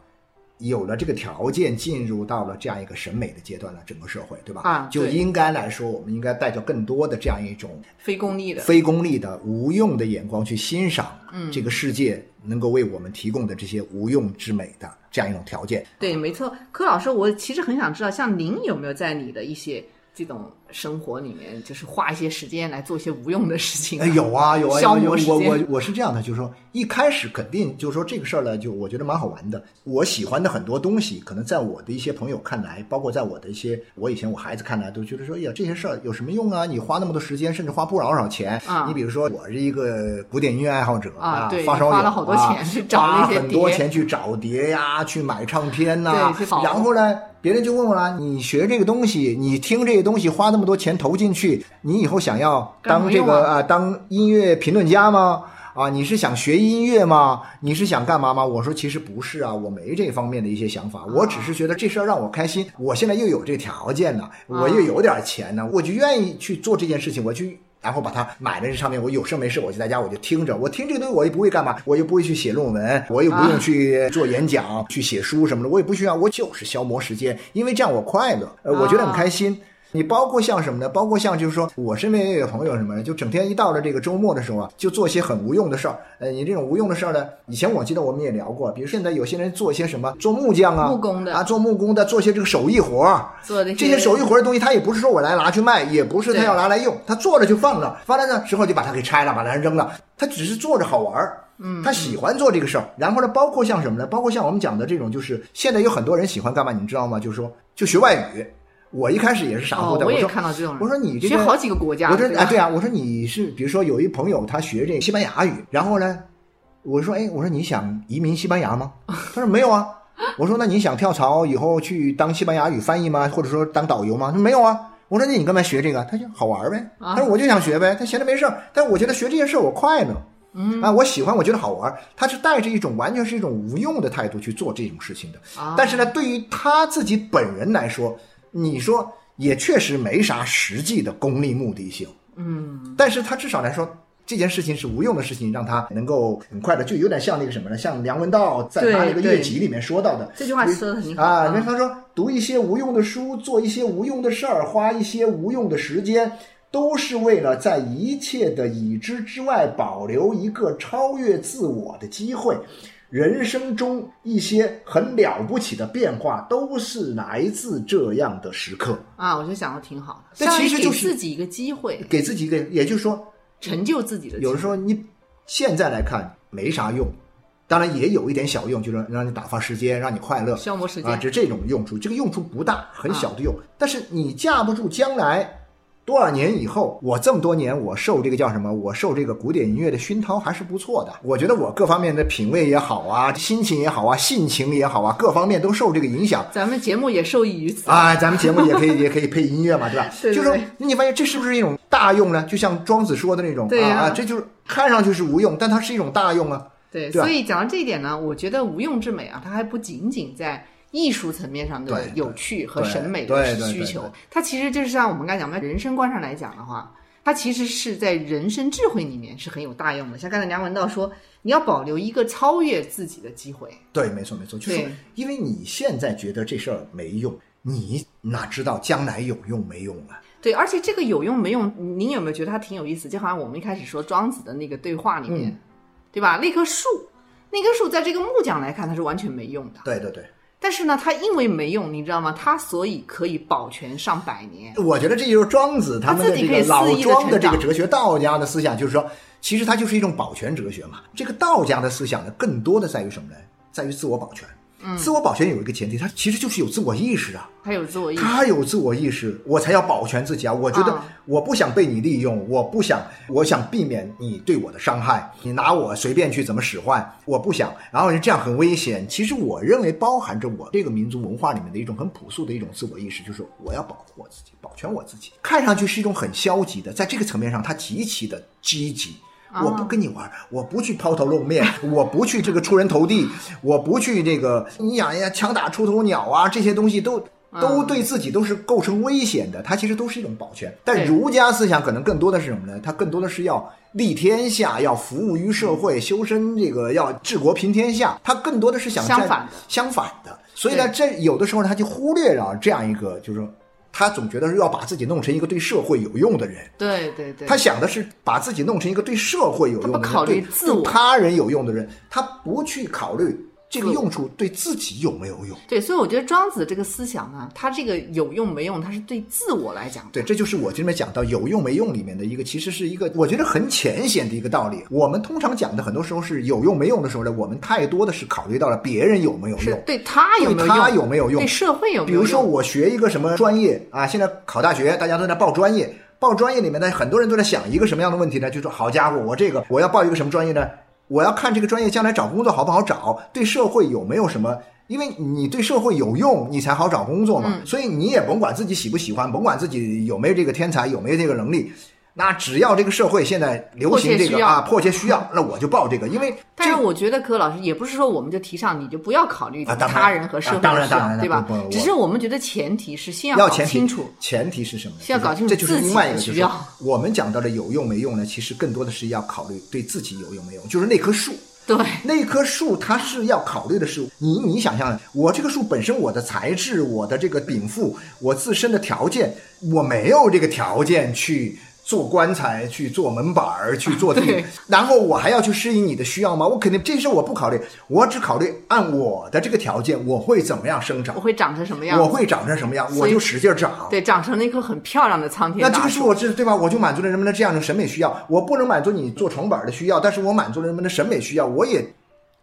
[SPEAKER 2] 有了这个条件，进入到了这样一个审美的阶段了，整个社会，对吧？
[SPEAKER 1] 啊
[SPEAKER 2] 就
[SPEAKER 1] 对
[SPEAKER 2] 应该来说，我们应该带着更多的这样一种
[SPEAKER 1] 非功利的，
[SPEAKER 2] 非功利的、无用的眼光去欣赏这个世界能够为我们提供的这些无用之美的这样一种条件。
[SPEAKER 1] 对，没错。柯老师，我其实很想知道，像您有没有在你的一些这种生活里面，就是花一些时间来做一些无用的事情、
[SPEAKER 2] 哎，有啊，有啊，有
[SPEAKER 1] 消
[SPEAKER 2] 啊
[SPEAKER 1] 磨
[SPEAKER 2] 有啊
[SPEAKER 1] 时
[SPEAKER 2] 我我
[SPEAKER 1] 间
[SPEAKER 2] 我是这样的，就是说一开始肯定就是说这个事儿呢，就我觉得蛮好玩的。我喜欢的很多东西，可能在我的一些朋友看来，包括在我的一些我以前我孩子看来，都觉得说，哎呀，这些事儿有什么用啊？你花那么多时间，甚至花不少少钱。
[SPEAKER 1] 啊
[SPEAKER 2] 你比如说，我是一个古典音乐爱好者
[SPEAKER 1] 啊对
[SPEAKER 2] 发烧友
[SPEAKER 1] 花了好多
[SPEAKER 2] 啊
[SPEAKER 1] 钱去找那
[SPEAKER 2] 花
[SPEAKER 1] 些
[SPEAKER 2] 很多
[SPEAKER 1] 碟
[SPEAKER 2] 钱去找碟呀、去买唱片呐、
[SPEAKER 1] 对去找
[SPEAKER 2] 然后呢，别人就问我了，你学这个东西，你听这个东西，花那么多钱投进去，你以后想要
[SPEAKER 1] 干什
[SPEAKER 2] 当
[SPEAKER 1] 么
[SPEAKER 2] 这
[SPEAKER 1] 用
[SPEAKER 2] 个
[SPEAKER 1] 啊
[SPEAKER 2] 啊、当音乐评论家吗？啊，你是想学音乐吗？你是想干嘛吗？我说其实不是啊，我没这方面的一些想法，我只是觉得这事儿让我开心，我现在又有这条件呢，我又有点钱呢，我就愿意去做这件事情，我去。然后把它买了这唱片，我有事没事我就在家我就听着，我听这个东西我又不会干嘛，我又不会去写论文，我又不
[SPEAKER 1] 啊
[SPEAKER 2] 用去做演
[SPEAKER 1] 啊
[SPEAKER 2] 讲、去写书什么的，我也不需要，我就是消磨时间，因为这样我快乐，呃，我觉得很开心。你包括像什么呢？包括像就是说我身边也有朋友什么的，就整天一到了这个周末的时候啊，就做一些很无用的事儿。呃，你这种无用的事儿呢，以前我记得我们也聊过，比如现在有些人做一些什么，做木匠啊，
[SPEAKER 1] 木工的
[SPEAKER 2] 啊，做木工的，做一些这个手艺活儿。
[SPEAKER 1] 做哦的
[SPEAKER 2] 这些手艺活儿的东西，他也不是说我来拿去卖，也不是他
[SPEAKER 1] 对
[SPEAKER 2] 要拿来用，他做着就放着，放着呢之后就把它给拆了，把它扔了。他只是做着好玩儿，嗯，他喜欢做这个事儿。然后呢，包括像什么呢？包括像我们讲的这种，就是现在有很多人喜欢干嘛，你知道吗？就是说，就学外语。我一开始也是傻
[SPEAKER 1] 哦
[SPEAKER 2] 乎乎，的，
[SPEAKER 1] 我也
[SPEAKER 2] 说
[SPEAKER 1] 看到这种人，
[SPEAKER 2] 我说你这
[SPEAKER 1] 学
[SPEAKER 2] 个
[SPEAKER 1] 好几个国家，
[SPEAKER 2] 我说
[SPEAKER 1] 对
[SPEAKER 2] 啊，
[SPEAKER 1] 吧
[SPEAKER 2] 对啊，我说你是，比如说有一朋友他学这个西班牙语，然后呢，我说哎，我说你想移民西班牙吗？他说没有啊。我说那你想跳槽以后去当西班牙语翻译吗？或者说当导游吗？他说没有啊。我说那你干嘛学这个？他就好玩呗。
[SPEAKER 1] 啊
[SPEAKER 2] 他说我就想学呗，他闲着没事儿。但我觉得学这些事儿我快乐，嗯啊，我喜欢，我觉得好玩儿。他是带着一种完全是一种无用的态度去做这种事情的。
[SPEAKER 1] 啊，
[SPEAKER 2] 但是呢，对于他自己本人来说，你说也确实没啥实际的功利目的性。
[SPEAKER 1] 嗯，
[SPEAKER 2] 但是他至少来说，这件事情是无用的事情，让他能够很快的，就有点像那个什么呢？像梁文道在他那个
[SPEAKER 1] 对对
[SPEAKER 2] 乐集里面说到的
[SPEAKER 1] 这句话说的很好
[SPEAKER 2] 啊，那他说读一些无用的书，做一些无用的事儿，花一些无用的时间。都是为了在一切的已知之外保留一个超越自我的机会。人生中一些很了不起的变化，都是来自这样的时刻。
[SPEAKER 1] 啊，我就想的挺好的，
[SPEAKER 2] 这
[SPEAKER 1] 相当于
[SPEAKER 2] 其实就
[SPEAKER 1] 给
[SPEAKER 2] 是
[SPEAKER 1] 自己一个机会，
[SPEAKER 2] 给自己一个，也就是说，
[SPEAKER 1] 成就自己的机
[SPEAKER 2] 有
[SPEAKER 1] 会
[SPEAKER 2] 的时候你现在来看没啥用，当然也有一点小用，就是让你打发时间，让你快乐
[SPEAKER 1] 消磨时
[SPEAKER 2] 啊，
[SPEAKER 1] 间，啊
[SPEAKER 2] 就这种用处。这个用处不大，很小的用，但是你架不住将来多少年以后，我这么多年我受这个叫什么？我受这个古典音乐的熏陶还是不错的。我觉得我各方面的品味也好啊，心情也好啊，性情也好啊，各方面都受这个影响。
[SPEAKER 1] 咱们节目也受益于此。
[SPEAKER 2] 啊，咱们节目也可 以也可以配音乐嘛，对吧？
[SPEAKER 1] 对对
[SPEAKER 2] 就是说
[SPEAKER 1] 对
[SPEAKER 2] 你发现这是不是一种大用呢？就像庄子说的那种
[SPEAKER 1] 对呀
[SPEAKER 2] 啊啊，这就是看上去是无用，但它是一种大用啊。
[SPEAKER 1] 对，
[SPEAKER 2] 对吧
[SPEAKER 1] 所以讲到这一点呢，我觉得无用之美啊，它还不仅仅在艺术层面上的
[SPEAKER 2] 对
[SPEAKER 1] 有趣和
[SPEAKER 2] 对
[SPEAKER 1] 审美
[SPEAKER 2] 对
[SPEAKER 1] 的
[SPEAKER 2] 对
[SPEAKER 1] 需
[SPEAKER 2] 对
[SPEAKER 1] 求
[SPEAKER 2] 对，
[SPEAKER 1] 它其实就是像我们刚才讲，我们人生观上来讲的话，它其实是在人生智慧里面是很有大用的。像刚才梁文道说，你要保留一个超越自己的机会，
[SPEAKER 2] 对，没错没错，就是
[SPEAKER 1] 对
[SPEAKER 2] 因为你现在觉得这事儿没用，你哪知道将来有用没用啊？
[SPEAKER 1] 对，而且这个有用没用，您有没有觉得它挺有意思？就好像我们一开始说庄子的那个对话里面，
[SPEAKER 2] 嗯
[SPEAKER 1] 对吧？那棵树，那棵树在这个木匠来看，它是完全没用的。
[SPEAKER 2] 对对对，
[SPEAKER 1] 但是呢，它因为没用，你知道吗？它所以可以保全上百年。
[SPEAKER 2] 我觉得这就是庄子他们的这
[SPEAKER 1] 他自己可以
[SPEAKER 2] 个
[SPEAKER 1] 肆
[SPEAKER 2] 老
[SPEAKER 1] 意地
[SPEAKER 2] 庄的这
[SPEAKER 1] 成
[SPEAKER 2] 个
[SPEAKER 1] 长
[SPEAKER 2] 哲学，道家的思想，就是说，其实它就是一种保全哲学嘛。这个道家的思想呢，更多的在于什么呢？在于自我保全。
[SPEAKER 1] 嗯
[SPEAKER 2] 自我保全有一个前提，它其实就是有自我意识啊。
[SPEAKER 1] 它有自我意识，
[SPEAKER 2] 他有自我意识，我才要保全自己啊！我觉得
[SPEAKER 1] 啊
[SPEAKER 2] 我不想被你利用，我不想，我想避免你对我的伤害，你拿我随便去怎么使唤，我不想。然后这样很危险。其实我认为包含着我这个民族文化里面的一种很朴素的一种自我意识，就是我要保护我自己，保全我自己。看上去是一种很消极的，在这个层面上，它极其的积极。
[SPEAKER 1] 啊
[SPEAKER 2] 我不跟你玩，我不去抛头露面， 我不去这个出人头地，我不去这个你养呀强打出头鸟啊，这些东西都
[SPEAKER 1] 啊
[SPEAKER 2] 都对自己都是构成危险的，它其实都是一种保全。但
[SPEAKER 1] 对
[SPEAKER 2] 儒家思想可能更多的是什么呢？它更多的是要立天下，要服务于社会，修身这个要治国平天下，它更多的是想
[SPEAKER 1] 相
[SPEAKER 2] 站
[SPEAKER 1] 反的
[SPEAKER 2] 相反的。所以呢，这有的时候他就忽略了这样一个，就是说他总觉得是要把自己弄成一个对社会有用的人。
[SPEAKER 1] 对对对，
[SPEAKER 2] 他想的是把自己弄成一个对社会有用
[SPEAKER 1] 他
[SPEAKER 2] 的
[SPEAKER 1] 不
[SPEAKER 2] 人，
[SPEAKER 1] 考虑
[SPEAKER 2] 对
[SPEAKER 1] 自我
[SPEAKER 2] 对他人有用的人，他不去考虑这个用处对自己有没有用。
[SPEAKER 1] 对，所以我觉得庄子这个思想呢，它这个有用没用，它是对自我来讲的。
[SPEAKER 2] 对，这就是我这边讲到有用没用里面的一个，其实是一个我觉得很浅显的一个道理。我们通常讲的很多时候是有用没用的时候呢，我们太多的是考虑到了别人有没有
[SPEAKER 1] 是
[SPEAKER 2] 用。
[SPEAKER 1] 对他有没有
[SPEAKER 2] 对他
[SPEAKER 1] 用？
[SPEAKER 2] 有没有用
[SPEAKER 1] 对社会有没
[SPEAKER 2] 比
[SPEAKER 1] 有用？
[SPEAKER 2] 如说我学一个什么专业啊，现在考大学，大家都在报专业，报专业里面呢，很多人都在想一个什么样的问题呢？就说好家伙，我这个我要报一个什么专业呢？我要看这个专业将来找工作好不好找，对社会有没有什么。因为你对社会有用，你才好找工作
[SPEAKER 1] 嗯
[SPEAKER 2] 嘛。所以你也甭管自己喜不喜欢，甭管自己有没有这个天才，有没有这个能力，那只要这个社会现在流行这
[SPEAKER 1] 迫切需
[SPEAKER 2] 个
[SPEAKER 1] 要
[SPEAKER 2] 啊，迫切需要，那我就报这个。因为
[SPEAKER 1] 但是
[SPEAKER 2] 这
[SPEAKER 1] 我觉得柯老师也不是说我们就提倡你就不要考虑
[SPEAKER 2] 啊当然
[SPEAKER 1] 他人和社会
[SPEAKER 2] 啊当然
[SPEAKER 1] 的需要
[SPEAKER 2] 当然
[SPEAKER 1] 对吧
[SPEAKER 2] 不不？不
[SPEAKER 1] 只是我们觉得前提是先
[SPEAKER 2] 要
[SPEAKER 1] 搞
[SPEAKER 2] 前提
[SPEAKER 1] 清楚，
[SPEAKER 2] 前提是什么呢？
[SPEAKER 1] 先要搞清楚
[SPEAKER 2] 这就是
[SPEAKER 1] 自己
[SPEAKER 2] 另外一个，
[SPEAKER 1] 的
[SPEAKER 2] 就是
[SPEAKER 1] 需
[SPEAKER 2] 说
[SPEAKER 1] 要
[SPEAKER 2] 我们讲到的有用没用呢？其实更多的是要考虑对自己有用没用，就是那棵树。
[SPEAKER 1] 对，
[SPEAKER 2] 那棵树它是要考虑的是你你想象，我这个树本身我的材质、我的这个禀赋、我自身的条件，我没有这个条件去。做棺材去做门板儿去做地
[SPEAKER 1] 对，
[SPEAKER 2] 然后我还要去适应你的需要吗？我肯定这些我不考虑，我只考虑按我的这个条件我会怎么样生长
[SPEAKER 1] 我，会长成什么样
[SPEAKER 2] 我
[SPEAKER 1] 子？
[SPEAKER 2] 会长成什么样，
[SPEAKER 1] 所
[SPEAKER 2] 我
[SPEAKER 1] 以
[SPEAKER 2] 就使劲儿长。
[SPEAKER 1] 对，长成了一棵很漂亮的苍天
[SPEAKER 2] 那
[SPEAKER 1] 大
[SPEAKER 2] 这个
[SPEAKER 1] 树
[SPEAKER 2] 是我这对吧？我就满足了人们的这样的审美需要，我不能满足你做床板的需要，但是我满足了人们的审美需要，我也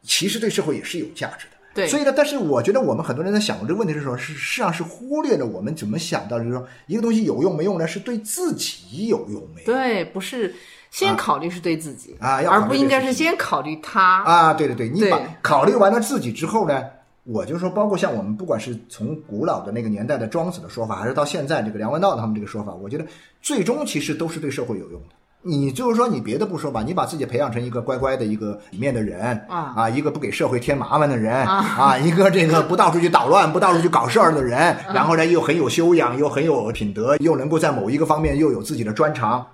[SPEAKER 2] 其实对社会也是有价值的。
[SPEAKER 1] 对
[SPEAKER 2] 所以呢，但是我觉得我们很多人在想这个问题的时候，是实际上是忽略了我们怎么想到，就是说一个东西有用没用呢？是对自己有用没用
[SPEAKER 1] 对，不是先考虑是对自己
[SPEAKER 2] 啊要考虑
[SPEAKER 1] 而不应该是先考虑他。
[SPEAKER 2] 啊？对对对，你把
[SPEAKER 1] 对
[SPEAKER 2] 考虑完了自己之后呢？我就说，包括像我们，不管是从古老的那个年代的庄子的说法，还是到现在这个梁文道他们这个说法，我觉得最终其实都是对社会有用的。你就是说，你别的不说吧，你把自己培养成一个乖乖的一个里面的人
[SPEAKER 1] 啊
[SPEAKER 2] 一个不给社会添麻烦的人
[SPEAKER 1] 啊
[SPEAKER 2] 一个这个不到处去捣乱、不到处去搞事儿的人，
[SPEAKER 1] 啊
[SPEAKER 2] 然后呢又很有修养、又很有品德，又能够在某一个方面又有自己的专长，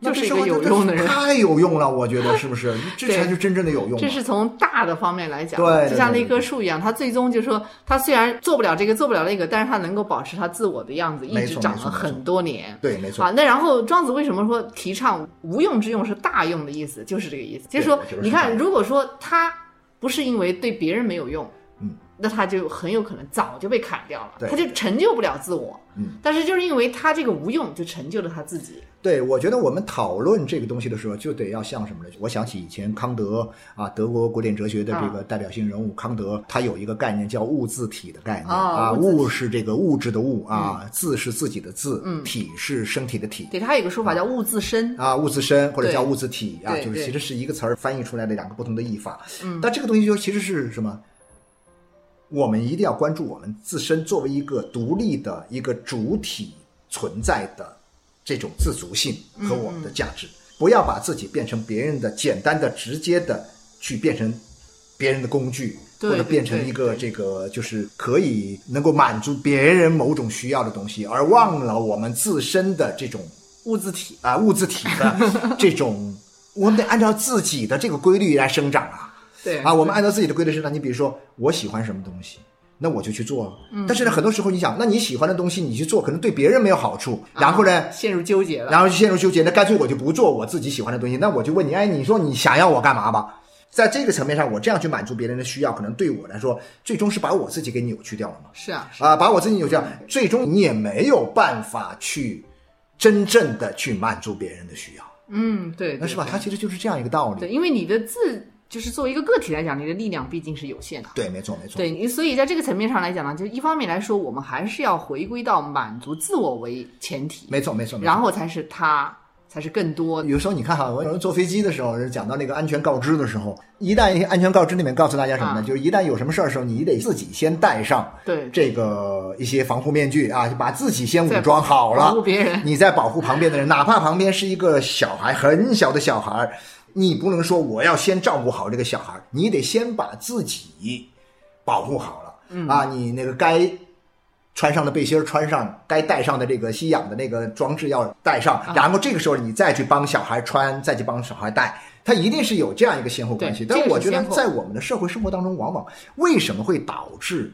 [SPEAKER 2] 那
[SPEAKER 1] 就是
[SPEAKER 2] 这
[SPEAKER 1] 一个
[SPEAKER 2] 社会
[SPEAKER 1] 有用的人
[SPEAKER 2] 太有用了，我觉得是 不是？这
[SPEAKER 1] 对
[SPEAKER 2] 才是真正的有用嘛。
[SPEAKER 1] 这是从大的方面来讲，
[SPEAKER 2] 对对
[SPEAKER 1] 就像
[SPEAKER 2] 对
[SPEAKER 1] 那棵树一样，它最终就说，它虽然做不了这个，做不了那个，但是它能够保持它自我的样子，一
[SPEAKER 2] 没
[SPEAKER 1] 直
[SPEAKER 2] 错
[SPEAKER 1] 长
[SPEAKER 2] 没
[SPEAKER 1] 了
[SPEAKER 2] 错没
[SPEAKER 1] 很多年。
[SPEAKER 2] 对，没错。
[SPEAKER 1] 啊，那然后庄子为什么说提倡无用之用是大用的意思？就是这个意思，就是说
[SPEAKER 2] 我觉，得
[SPEAKER 1] 你
[SPEAKER 2] 是大
[SPEAKER 1] 看，
[SPEAKER 2] 用
[SPEAKER 1] 如果说他不是因为对别人没有用，
[SPEAKER 2] 嗯，
[SPEAKER 1] 那他就很有可能早就被砍掉了，
[SPEAKER 2] 对
[SPEAKER 1] 他就成就不了自我。
[SPEAKER 2] 嗯，
[SPEAKER 1] 但是就是因为他这个无用，就成就了他自己。
[SPEAKER 2] 对，我觉得我们讨论这个东西的时候，就得要像什么呢？我想起以前康德啊，德国古典哲学的
[SPEAKER 1] 嗯
[SPEAKER 2] 这个代表性人物康德，他有一个概念叫物自体的概念、
[SPEAKER 1] 哦
[SPEAKER 2] 啊，
[SPEAKER 1] 物自体嗯
[SPEAKER 2] 物是这个物质的物啊，自是自己的自，体是身体的体。
[SPEAKER 1] 对他有个说法叫物自身，
[SPEAKER 2] 啊，物自身或者
[SPEAKER 1] 对
[SPEAKER 2] 叫物自体啊，
[SPEAKER 1] 对
[SPEAKER 2] 就是
[SPEAKER 1] 对
[SPEAKER 2] 其实是一个词儿翻译出来的两个不同的译法。嗯，但这个东西就其实是什么？我们一定要关注我们自身作为一个独立的一个主体存在的这种自足性和我们的价值，不要把自己变成别人的简单的、直接的去变成别人的工具，
[SPEAKER 1] 对
[SPEAKER 2] 或者
[SPEAKER 1] 对
[SPEAKER 2] 变成
[SPEAKER 1] 对
[SPEAKER 2] 一个这个就是可以能够满足别人某种需要的东西，而忘了我们自身的这种
[SPEAKER 1] 物自体。
[SPEAKER 2] 啊物自体的这种，我们得按照自己的这个规律来生长啊
[SPEAKER 1] 对
[SPEAKER 2] 啊！我们按照自己的规律生长。你比如说，我喜欢什么东西，那我就去做啊。
[SPEAKER 1] 嗯
[SPEAKER 2] 但是呢，很多时候你想，那你喜欢的东西你去做，可能对别人没有好处，
[SPEAKER 1] 啊
[SPEAKER 2] 然后呢？
[SPEAKER 1] 陷入纠结了。
[SPEAKER 2] 然后就陷入纠结，那干脆我就不做我自己喜欢的东西。那我就问你，哎，你说你想要我干嘛吧？在这个层面上，我这样去满足别人的需要，可能对我来说，最终是把我自己给扭曲掉了嘛。
[SPEAKER 1] 是啊，
[SPEAKER 2] 啊，把我自己扭掉，最终你也没有办法去真正的去满足别人的需要，
[SPEAKER 1] 嗯，对，
[SPEAKER 2] 那
[SPEAKER 1] 对
[SPEAKER 2] 是吧？
[SPEAKER 1] 对
[SPEAKER 2] 它其实就是这样一个道理。
[SPEAKER 1] 对，因为你的自就是作为一个个体来讲，你的力量毕竟是有限的。
[SPEAKER 2] 对，没错，没错。
[SPEAKER 1] 对，你所以在这个层面上来讲呢，就一方面来说，我们还是要回归到满足自我为前提，
[SPEAKER 2] 没错，没错，没错。
[SPEAKER 1] 然后才是他，才是更多的。
[SPEAKER 2] 有时候你看哈，我有人坐飞机的时候，人讲到那个安全告知的时候，一旦安全告知里面告诉大家什么
[SPEAKER 1] 啊
[SPEAKER 2] 呢？就是一旦有什么事儿的时候，你得自己先戴上
[SPEAKER 1] 对，
[SPEAKER 2] 这个一些防护面具啊，就把自己先
[SPEAKER 1] 再
[SPEAKER 2] 武装好了，
[SPEAKER 1] 保护别人。
[SPEAKER 2] 你在保护旁边的人，哪怕旁边是一个小孩，很小的小孩，你不能说我要先照顾好这个小孩，你得先把自己保护好了。
[SPEAKER 1] 嗯
[SPEAKER 2] 啊，你那个该穿上的背心儿穿上，该戴上的这个吸氧的那个装置要戴上，
[SPEAKER 1] 啊
[SPEAKER 2] 然后这个时候你再去帮小孩穿，再去帮小孩戴，它一定是有这样一个先后关系。
[SPEAKER 1] 对
[SPEAKER 2] 但
[SPEAKER 1] 这个
[SPEAKER 2] 我
[SPEAKER 1] 是
[SPEAKER 2] 觉得
[SPEAKER 1] 先后
[SPEAKER 2] 在我们的社会生活当中，往往为什么会导致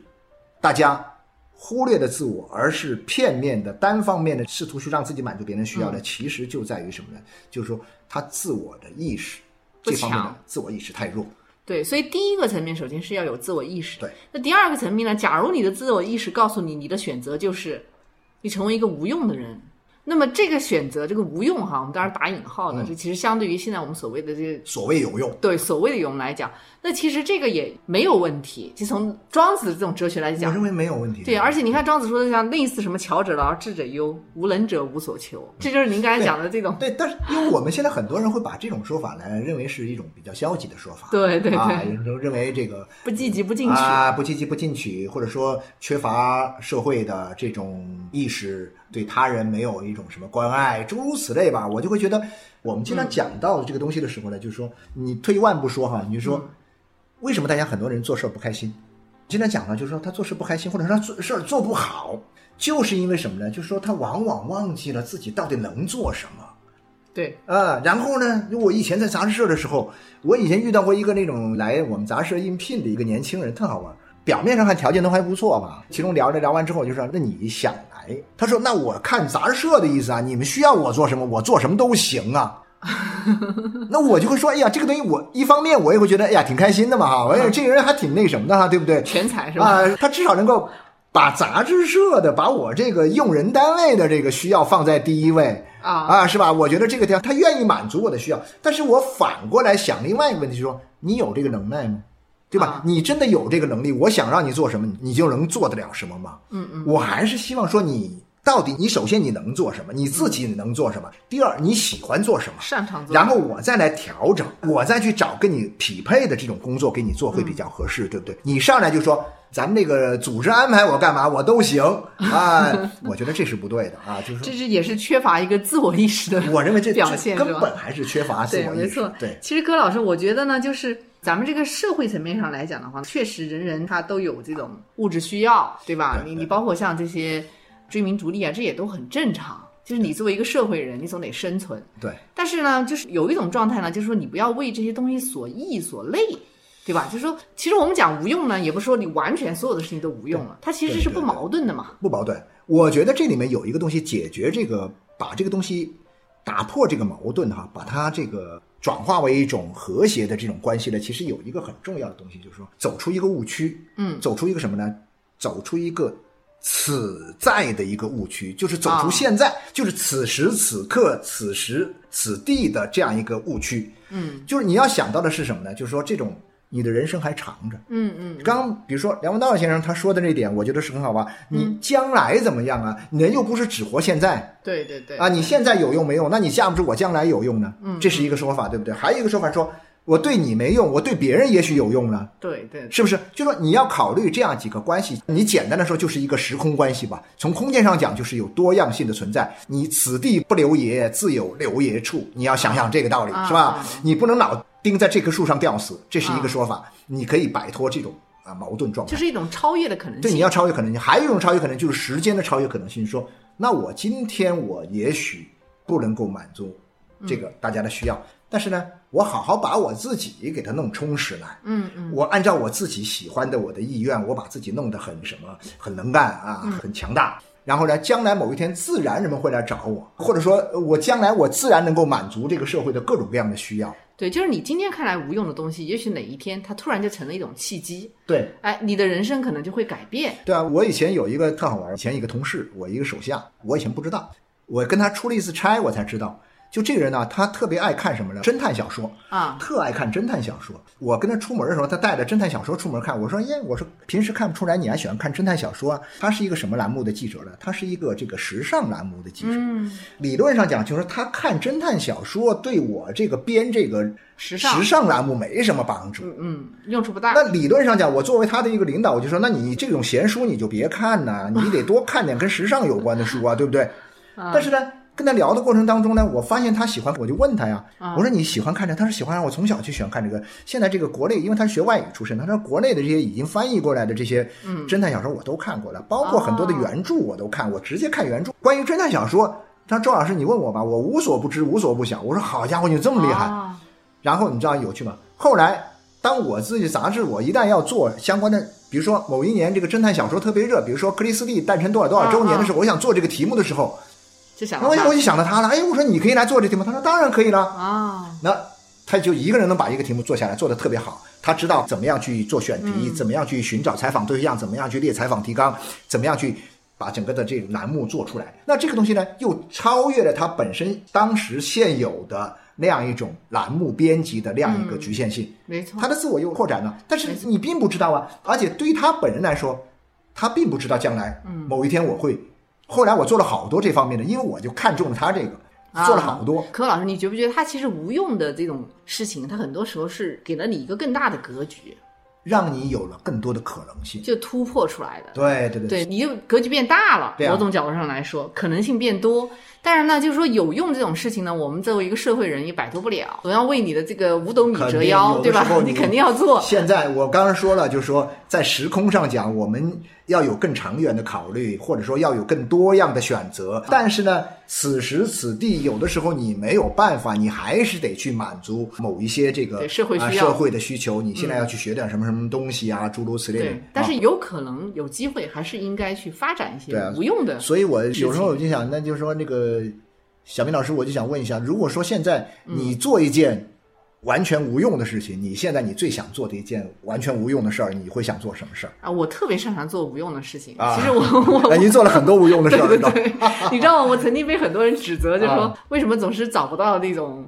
[SPEAKER 2] 大家忽略了自我，而是片面的、单方面的试图去让自己满足别人需要的，
[SPEAKER 1] 嗯
[SPEAKER 2] 其实就在于什么呢？就是说他自我的意识
[SPEAKER 1] 不
[SPEAKER 2] 这方面的
[SPEAKER 1] 强
[SPEAKER 2] 自我意识太弱。
[SPEAKER 1] 对，所以第一个层面首先是要有自我意识。
[SPEAKER 2] 对，
[SPEAKER 1] 那第二个层面呢？假如你的自我意识告诉你，你的选择就是你成为一个无用的人，那么这个选择，这个无用哈，我们当然打引号的，
[SPEAKER 2] 嗯
[SPEAKER 1] 这其实相对于现在我们所谓的这个
[SPEAKER 2] 所谓有用，
[SPEAKER 1] 对所谓的用来讲，那其实这个也没有问题。就从庄子的这种哲学来
[SPEAKER 2] 我
[SPEAKER 1] 讲
[SPEAKER 2] 认，为没有问题。
[SPEAKER 1] 对，而且你看庄子说的像类似什么“巧者劳，智者忧，无能者无所求”，这就是您刚才讲的这种。
[SPEAKER 2] 对，但是因为我们现在很多人会把这种说法呢，认为是一种比较消极的说法。
[SPEAKER 1] 对对对，
[SPEAKER 2] 啊，有人都认为这个
[SPEAKER 1] 不积极不进取。
[SPEAKER 2] 啊，不积极不进取，或者说缺乏社会的这种意识，对他人没有一种什么关爱，诸如此类吧。我就会觉得，我们经
[SPEAKER 1] 嗯
[SPEAKER 2] 常讲到这个东西的时候呢，就是说，你退一万步说哈，你就说，
[SPEAKER 1] 嗯
[SPEAKER 2] 为什么大家很多人做事儿不开心？经常讲呢，就是说他做事不开心，或者说他做事儿做不好，就是因为什么呢？就是说他往往忘记了自己到底能做什么。
[SPEAKER 1] 对，
[SPEAKER 2] 啊，然后呢，我以前在杂志社的时候，我以前遇到过一个那种来我们杂志社应聘的一个年轻人，特好玩。表面上看条件都还不错吧，其中聊着聊完之后，我就啊说：“那你想来？”他说：“那我看杂志社的意思啊，你们需要我做什么，我做什么都行啊。” 那我就会说：“哎呀，这个东西我一方面我也会觉得，哎呀，挺开心的嘛哈，我也这个人还挺那什么的哈，对不对？
[SPEAKER 1] 全才是吧？
[SPEAKER 2] 啊，他至少能够把杂志社的、把我这个用人单位的这个需要放在第一位
[SPEAKER 1] 啊，
[SPEAKER 2] 啊，是吧？我觉得这个地方他愿意满足我的需要，但是我反过来想另外一个问题，就是说你有这个能耐吗？对吧
[SPEAKER 1] 啊？
[SPEAKER 2] 你真的有这个能力，我想让你做什么，你就能做得了什么吗？
[SPEAKER 1] 嗯嗯，
[SPEAKER 2] 我还是希望说你到底，你首先你能做什么，你自己能做什么？第二，你喜欢做什么？
[SPEAKER 1] 擅长做，
[SPEAKER 2] 然后我再来调整，我再去找跟你匹配的这种工作给你做会
[SPEAKER 1] 嗯
[SPEAKER 2] 比较合适，对不对？你上来就说咱们这个组织安排我干嘛我 都行啊，我觉得这是不对的啊，就是
[SPEAKER 1] 这
[SPEAKER 2] 说
[SPEAKER 1] 是也是缺乏一个自我意识的
[SPEAKER 2] 我认为这这
[SPEAKER 1] 表现是吧
[SPEAKER 2] 根本还是缺乏自
[SPEAKER 1] 对，
[SPEAKER 2] 我
[SPEAKER 1] 没
[SPEAKER 2] 意识
[SPEAKER 1] 错，。
[SPEAKER 2] 对，
[SPEAKER 1] 其实葛老师，我觉得呢，就是咱们这个社会层面上来讲的话，确实人人他都有这种物质需要，对吧？
[SPEAKER 2] 对
[SPEAKER 1] 你
[SPEAKER 2] 对
[SPEAKER 1] 你包括像这些追名逐利啊，这也都很正常。就是你作为一个社会人，你总得生存。
[SPEAKER 2] 对。
[SPEAKER 1] 但是呢，就是有一种状态呢，就是说你不要为这些东西所役所累。对吧？就是说，其实我们讲无用呢，也不是说你完全所有的事情都无用了，它其实
[SPEAKER 2] 对
[SPEAKER 1] 是
[SPEAKER 2] 对
[SPEAKER 1] 不
[SPEAKER 2] 对
[SPEAKER 1] 矛盾的嘛。
[SPEAKER 2] 不矛盾。我觉得这里面有一个东西解决这个，把这个东西打破这个矛盾哈，把它这个转化为一种和谐的这种关系呢，其实有一个很重要的东西，就是说走出一个误区，
[SPEAKER 1] 嗯
[SPEAKER 2] 走出一个什么呢？走出一个此在的一个误区，就是走
[SPEAKER 1] 啊
[SPEAKER 2] 出现在，就是此时此刻、此时此地的这样一个误区。
[SPEAKER 1] 嗯
[SPEAKER 2] 就是你要想到的是什么呢？就是说这种你的人生还长着。
[SPEAKER 1] 嗯嗯，
[SPEAKER 2] 刚比如说梁文道先生他说的这一点，我觉得是很好吧。
[SPEAKER 1] 嗯
[SPEAKER 2] 你将来怎么样啊？人又不是只活现在
[SPEAKER 1] 对对对
[SPEAKER 2] 啊，你现在有用没用？那你架不住我将来有用呢
[SPEAKER 1] 嗯。
[SPEAKER 2] 这是一个说法，对不对？还有一个说法说，我对你没用，我对别人也许有用呢，
[SPEAKER 1] 对对
[SPEAKER 2] 是不是？就说你要考虑这样几个关系，你简单的说就是一个时空关系吧。从空间上讲，就是有多样性的存在。你此地不留爷，自有留爷处。你要想想这个道理，
[SPEAKER 1] 啊
[SPEAKER 2] 是
[SPEAKER 1] 啊
[SPEAKER 2] 吧
[SPEAKER 1] 啊？
[SPEAKER 2] 你不能老盯在这棵树上吊死，这是一
[SPEAKER 1] 啊
[SPEAKER 2] 个说法。你可以摆脱这种啊矛盾状态
[SPEAKER 1] 这。是一种超越的可能性。
[SPEAKER 2] 对，你要超越可能性，还有一种超越可能就是时间的超越可能性。说，那我今天我也许不能够满足这个大家的需要，但是呢，我好好把我自己给它弄充实来。
[SPEAKER 1] 嗯嗯
[SPEAKER 2] 我按照我自己喜欢的我的意愿，我把自己弄得很什么，很能干啊，很强大。然后呢，将来某一天自然人们会来找我，或者说呃我将来我自然能够满足这个社会的各种各样的需要。
[SPEAKER 1] 对，就是你今天看来无用的东西，也许哪一天它突然就成了一种契机，
[SPEAKER 2] 对，
[SPEAKER 1] 哎，你的人生可能就会改变。
[SPEAKER 2] 对啊，我以前有一个特好玩儿，以前一个同事，我一个手下，我以前不知道，我跟他出了一次差，我才知道，就这个人呢、他特别爱看什么呢？侦探小说，
[SPEAKER 1] 啊
[SPEAKER 2] 特爱看侦探小说。我跟他出门的时候，他带着侦探小说出门看，我说耶，我说平时看不出来你还喜欢看侦探小说啊？他是一个什么栏目的记者呢？他是一个这个时尚栏目的记者。
[SPEAKER 1] 嗯，
[SPEAKER 2] 理论上讲，就是他看侦探小说对我这个编这个
[SPEAKER 1] 时尚
[SPEAKER 2] 时尚栏目没什么帮助。
[SPEAKER 1] 嗯嗯，用处不大。
[SPEAKER 2] 那理论上讲，我作为他的一个领导，我就说，那你这种闲书你就别看呐、你得多看点跟时尚有关的 书啊，对不对？
[SPEAKER 1] 啊
[SPEAKER 2] 但是呢，跟他聊的过程当中呢，我发现他喜欢，我就问他呀
[SPEAKER 1] 啊，
[SPEAKER 2] 我说你喜欢看这个？他说喜欢啊，我从小就喜欢看这个。现在这个国内，因为他是学外语出身，他说国内的这些已经翻译过来的这些
[SPEAKER 1] 嗯
[SPEAKER 2] 侦探小说我都看过了，包括很多的
[SPEAKER 1] 哦
[SPEAKER 2] 原著我都看，我直接看原著。关于侦探小说，他说周老师你问我吧，我无所不知，无所不晓。我说好家伙，你这么厉害！
[SPEAKER 1] 啊
[SPEAKER 2] 然后你知道有趣吗？后来当我自己杂志，我一旦要做相关的，比如说某一年这个侦探小说特别热，比如说克里斯蒂诞辰多少多少周年的时候，我想做这个题目的时候，
[SPEAKER 1] 就想
[SPEAKER 2] 然后
[SPEAKER 1] 到
[SPEAKER 2] 我
[SPEAKER 1] 它
[SPEAKER 2] 就想到他了，哎，我说你可以来做这题目，他说当然可以了。
[SPEAKER 1] 啊，
[SPEAKER 2] 那他就一个人能把一个题目做下来，做得特别好。他知道怎么样去做选题，怎么样去寻找采访对象，怎么样去列采访提纲，怎么样去把整个的这个栏目做出来。那这个东西呢，又超越了他本身当时现有的那样一种栏目编辑的那样一个局限性。
[SPEAKER 1] 没错
[SPEAKER 2] 他，的自我又扩展了，但是你并不知道啊。而且对于他本人来说，他并不知道将来某一天我会。后来我做了好多这方面的，因为我就看中了他这个，做了好多
[SPEAKER 1] 啊。。可老师，你觉不觉得他其实无用的这种事情，他很多时候是给了你一个更大的格局，
[SPEAKER 2] 让你有了更多的可能性。
[SPEAKER 1] 就突破出来的。
[SPEAKER 2] 对对
[SPEAKER 1] 对，
[SPEAKER 2] 对，
[SPEAKER 1] 你就格局变大了。
[SPEAKER 2] 对啊
[SPEAKER 1] 某种角度上来说，可能性变多。但是呢，就是说有用这种事情呢，我们作为一个社会人也摆脱不了，总要为你的这个五斗米
[SPEAKER 2] 肯定
[SPEAKER 1] 折
[SPEAKER 2] 有
[SPEAKER 1] 腰，
[SPEAKER 2] 的
[SPEAKER 1] 对吧
[SPEAKER 2] 时候？
[SPEAKER 1] 你
[SPEAKER 2] 你
[SPEAKER 1] 肯定要做。
[SPEAKER 2] 现在我刚刚说了，就是说在时空上讲，我们要有更长远的考虑，或者说要有更多样的选择。但是呢，此时此地，有的时候你没有办法，你还是得去满足某一些这个
[SPEAKER 1] 对社会
[SPEAKER 2] 啊
[SPEAKER 1] 需要
[SPEAKER 2] 社会的需求。你现在要去学点什么什么东西啊，诸如此类的
[SPEAKER 1] 对，。但
[SPEAKER 2] 啊
[SPEAKER 1] 是有可能有机会，还是应该去发展一些
[SPEAKER 2] 对啊
[SPEAKER 1] 无用的。
[SPEAKER 2] 所以我有时候我就
[SPEAKER 1] 嗯
[SPEAKER 2] 想，那就是说那个小明老师，我就想问一下，如果说现在
[SPEAKER 1] 嗯
[SPEAKER 2] 你做一件完全无用的事情，你现在你最想做的一件完全无用的事儿，你会想做什么 事儿？
[SPEAKER 1] 啊，我特别擅长做无用的事情。
[SPEAKER 2] 啊
[SPEAKER 1] 其实我 我
[SPEAKER 2] 哎，您做了很多无用 的事儿，
[SPEAKER 1] 对
[SPEAKER 2] 知道吗
[SPEAKER 1] 对对，你知道吗？我曾经被很多人指责，就说
[SPEAKER 2] 啊
[SPEAKER 1] 为什么总是找不到那种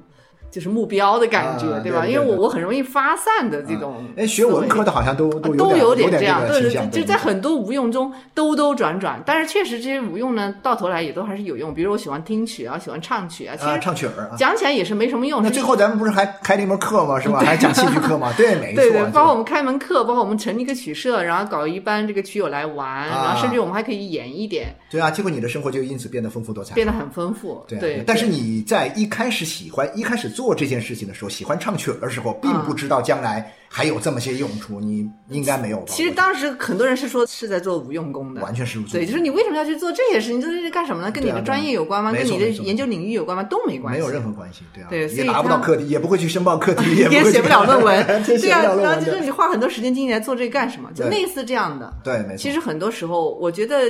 [SPEAKER 1] 就是目标的感觉，
[SPEAKER 2] 啊
[SPEAKER 1] 吧？
[SPEAKER 2] 对对
[SPEAKER 1] 因为我
[SPEAKER 2] 对
[SPEAKER 1] 我很容易发散的这种思维。
[SPEAKER 2] 哎，学文科的好像都
[SPEAKER 1] 啊
[SPEAKER 2] 都
[SPEAKER 1] 都
[SPEAKER 2] 有
[SPEAKER 1] 点这样，
[SPEAKER 2] 有点这个倾
[SPEAKER 1] 对
[SPEAKER 2] 向，嗯
[SPEAKER 1] 就在很多无用中兜兜转转，但是确实这些无用呢，到头来也都还是有用。比如我喜欢听曲啊，喜欢唱曲啊，其
[SPEAKER 2] 啊
[SPEAKER 1] 实
[SPEAKER 2] 唱曲儿啊。
[SPEAKER 1] 讲起来也是没什么用。
[SPEAKER 2] 那
[SPEAKER 1] 是
[SPEAKER 2] 最后咱们不是还开了一门课吗？是吧？还讲戏剧课吗？对，没错
[SPEAKER 1] 对对，，包括我
[SPEAKER 2] 就
[SPEAKER 1] 们开门课，包括我们成立一个曲社，然后搞一班这个曲友来玩，
[SPEAKER 2] 啊
[SPEAKER 1] 然后甚至我们还可以演一点，
[SPEAKER 2] 对啊，结果你的生活就因此变得丰富多彩。
[SPEAKER 1] 变得很丰富。
[SPEAKER 2] 对啊，
[SPEAKER 1] 对，
[SPEAKER 2] 但是
[SPEAKER 1] 对
[SPEAKER 2] 你在一开始喜欢、一开始做这件事情的时候，喜欢唱曲儿的时候，并不知道将来还有这么些用处，你应该没有吧？
[SPEAKER 1] 其实当时很多人是说是在做无用功的，
[SPEAKER 2] 完全是无
[SPEAKER 1] 对，就是你为什么要去做这些事情？这是干什么呢？跟你
[SPEAKER 2] 对啊对
[SPEAKER 1] 的
[SPEAKER 2] 啊
[SPEAKER 1] 专业有关吗？
[SPEAKER 2] 没
[SPEAKER 1] 跟
[SPEAKER 2] 错
[SPEAKER 1] 你的
[SPEAKER 2] 没错
[SPEAKER 1] 研究领域有关吗？都没关
[SPEAKER 2] 没
[SPEAKER 1] 系，
[SPEAKER 2] 有任何关系，对啊，
[SPEAKER 1] 对所
[SPEAKER 2] 也
[SPEAKER 1] 以
[SPEAKER 2] 拿不
[SPEAKER 1] 他
[SPEAKER 2] 到课题，也不会去申报课 题，也不
[SPEAKER 1] 也
[SPEAKER 2] 会
[SPEAKER 1] 写
[SPEAKER 2] 去
[SPEAKER 1] 不了论文，
[SPEAKER 2] 真写
[SPEAKER 1] 对
[SPEAKER 2] 不
[SPEAKER 1] 啊
[SPEAKER 2] 了，论
[SPEAKER 1] 然后
[SPEAKER 2] 文
[SPEAKER 1] 就是你花很多时间精力来做这个干什么？就
[SPEAKER 2] 对
[SPEAKER 1] 类似这样的。
[SPEAKER 2] 对，没错。
[SPEAKER 1] 其实很多时候，我觉得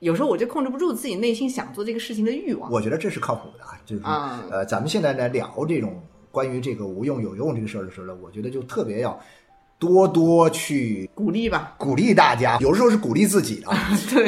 [SPEAKER 1] 有时候我就控制不住自己内心想做这个事情的欲望。
[SPEAKER 2] 我觉得这是靠谱的啊，就是、
[SPEAKER 1] 嗯
[SPEAKER 2] 呃，咱们现在来聊这种关于这个无用有用这个事儿的时候呢，我觉得就特别要多多去
[SPEAKER 1] 鼓励吧，
[SPEAKER 2] 鼓励大家，有时候是鼓励自己的啊，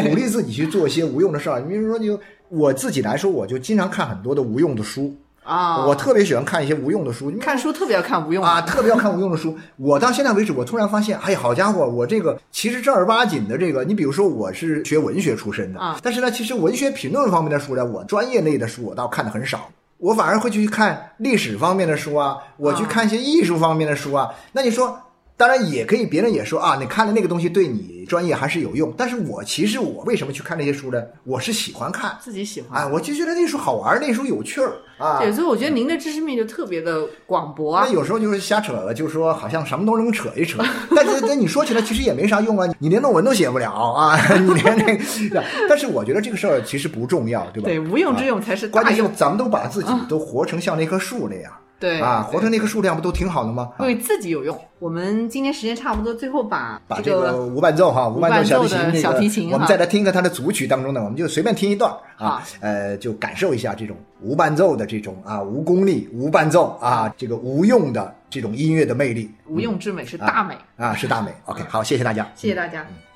[SPEAKER 2] 鼓励自己去做一些无用的事儿。你比如说就，我自己来说，我就经常看很多的无用的书，
[SPEAKER 1] 啊，
[SPEAKER 2] 我特别喜欢看一些无用的书。你
[SPEAKER 1] 看书特别要看无用
[SPEAKER 2] 啊，，特别要看无用的书。我到现在为止，我突然发现，哎呀，好家伙，我这个其实正儿八经的这个，你比如说我是学文学出身的，
[SPEAKER 1] 啊
[SPEAKER 2] 但是呢，其实文学评论方面的书呢，我专业类的书我倒看的很少。我反而会去看历史方面的书啊，我去
[SPEAKER 1] 啊
[SPEAKER 2] 看一些艺术方面的书啊。那你说，当然也可以，别人也说啊，你看了那个东西对你专业还是有用。但是我其实我为什么去看那些书呢？我是喜欢看，
[SPEAKER 1] 自己喜欢。
[SPEAKER 2] 哎，我就觉得那书好玩儿，那书有趣儿啊。
[SPEAKER 1] 对，所以我觉得您的知识面就特别的广博啊
[SPEAKER 2] 那。有时候就是瞎扯了，就说好像什么都能扯一扯， 但是但你说起来其实也没啥用啊，你连论文都写不了啊， 你连那个，但是我觉得这个事儿其实不重要，对吧？啊
[SPEAKER 1] 对，无用之用才是
[SPEAKER 2] 关
[SPEAKER 1] 大
[SPEAKER 2] 键
[SPEAKER 1] 用
[SPEAKER 2] 是。咱们都把自己都活成像那棵树那样，
[SPEAKER 1] 对
[SPEAKER 2] 啊，活成那棵树那样不都挺好的吗？啊
[SPEAKER 1] 对自己有用。我们今天时间差不多，最后把
[SPEAKER 2] 把这
[SPEAKER 1] 这
[SPEAKER 2] 个无伴奏哈，无伴奏小提
[SPEAKER 1] 无
[SPEAKER 2] 琴
[SPEAKER 1] 伴奏的
[SPEAKER 2] 这
[SPEAKER 1] 小
[SPEAKER 2] 个，
[SPEAKER 1] 提琴哈
[SPEAKER 2] 我们再来听一个它的组曲当中呢，我们就随便听一段儿
[SPEAKER 1] 好
[SPEAKER 2] 啊，呃，就感受一下这种无伴奏的这种啊无功力、无伴奏啊这个无用的这种音乐的魅力。
[SPEAKER 1] 无用之美是大美。
[SPEAKER 2] 啊，是大美。OK，好，谢谢大家，
[SPEAKER 1] 谢谢大家。
[SPEAKER 2] 嗯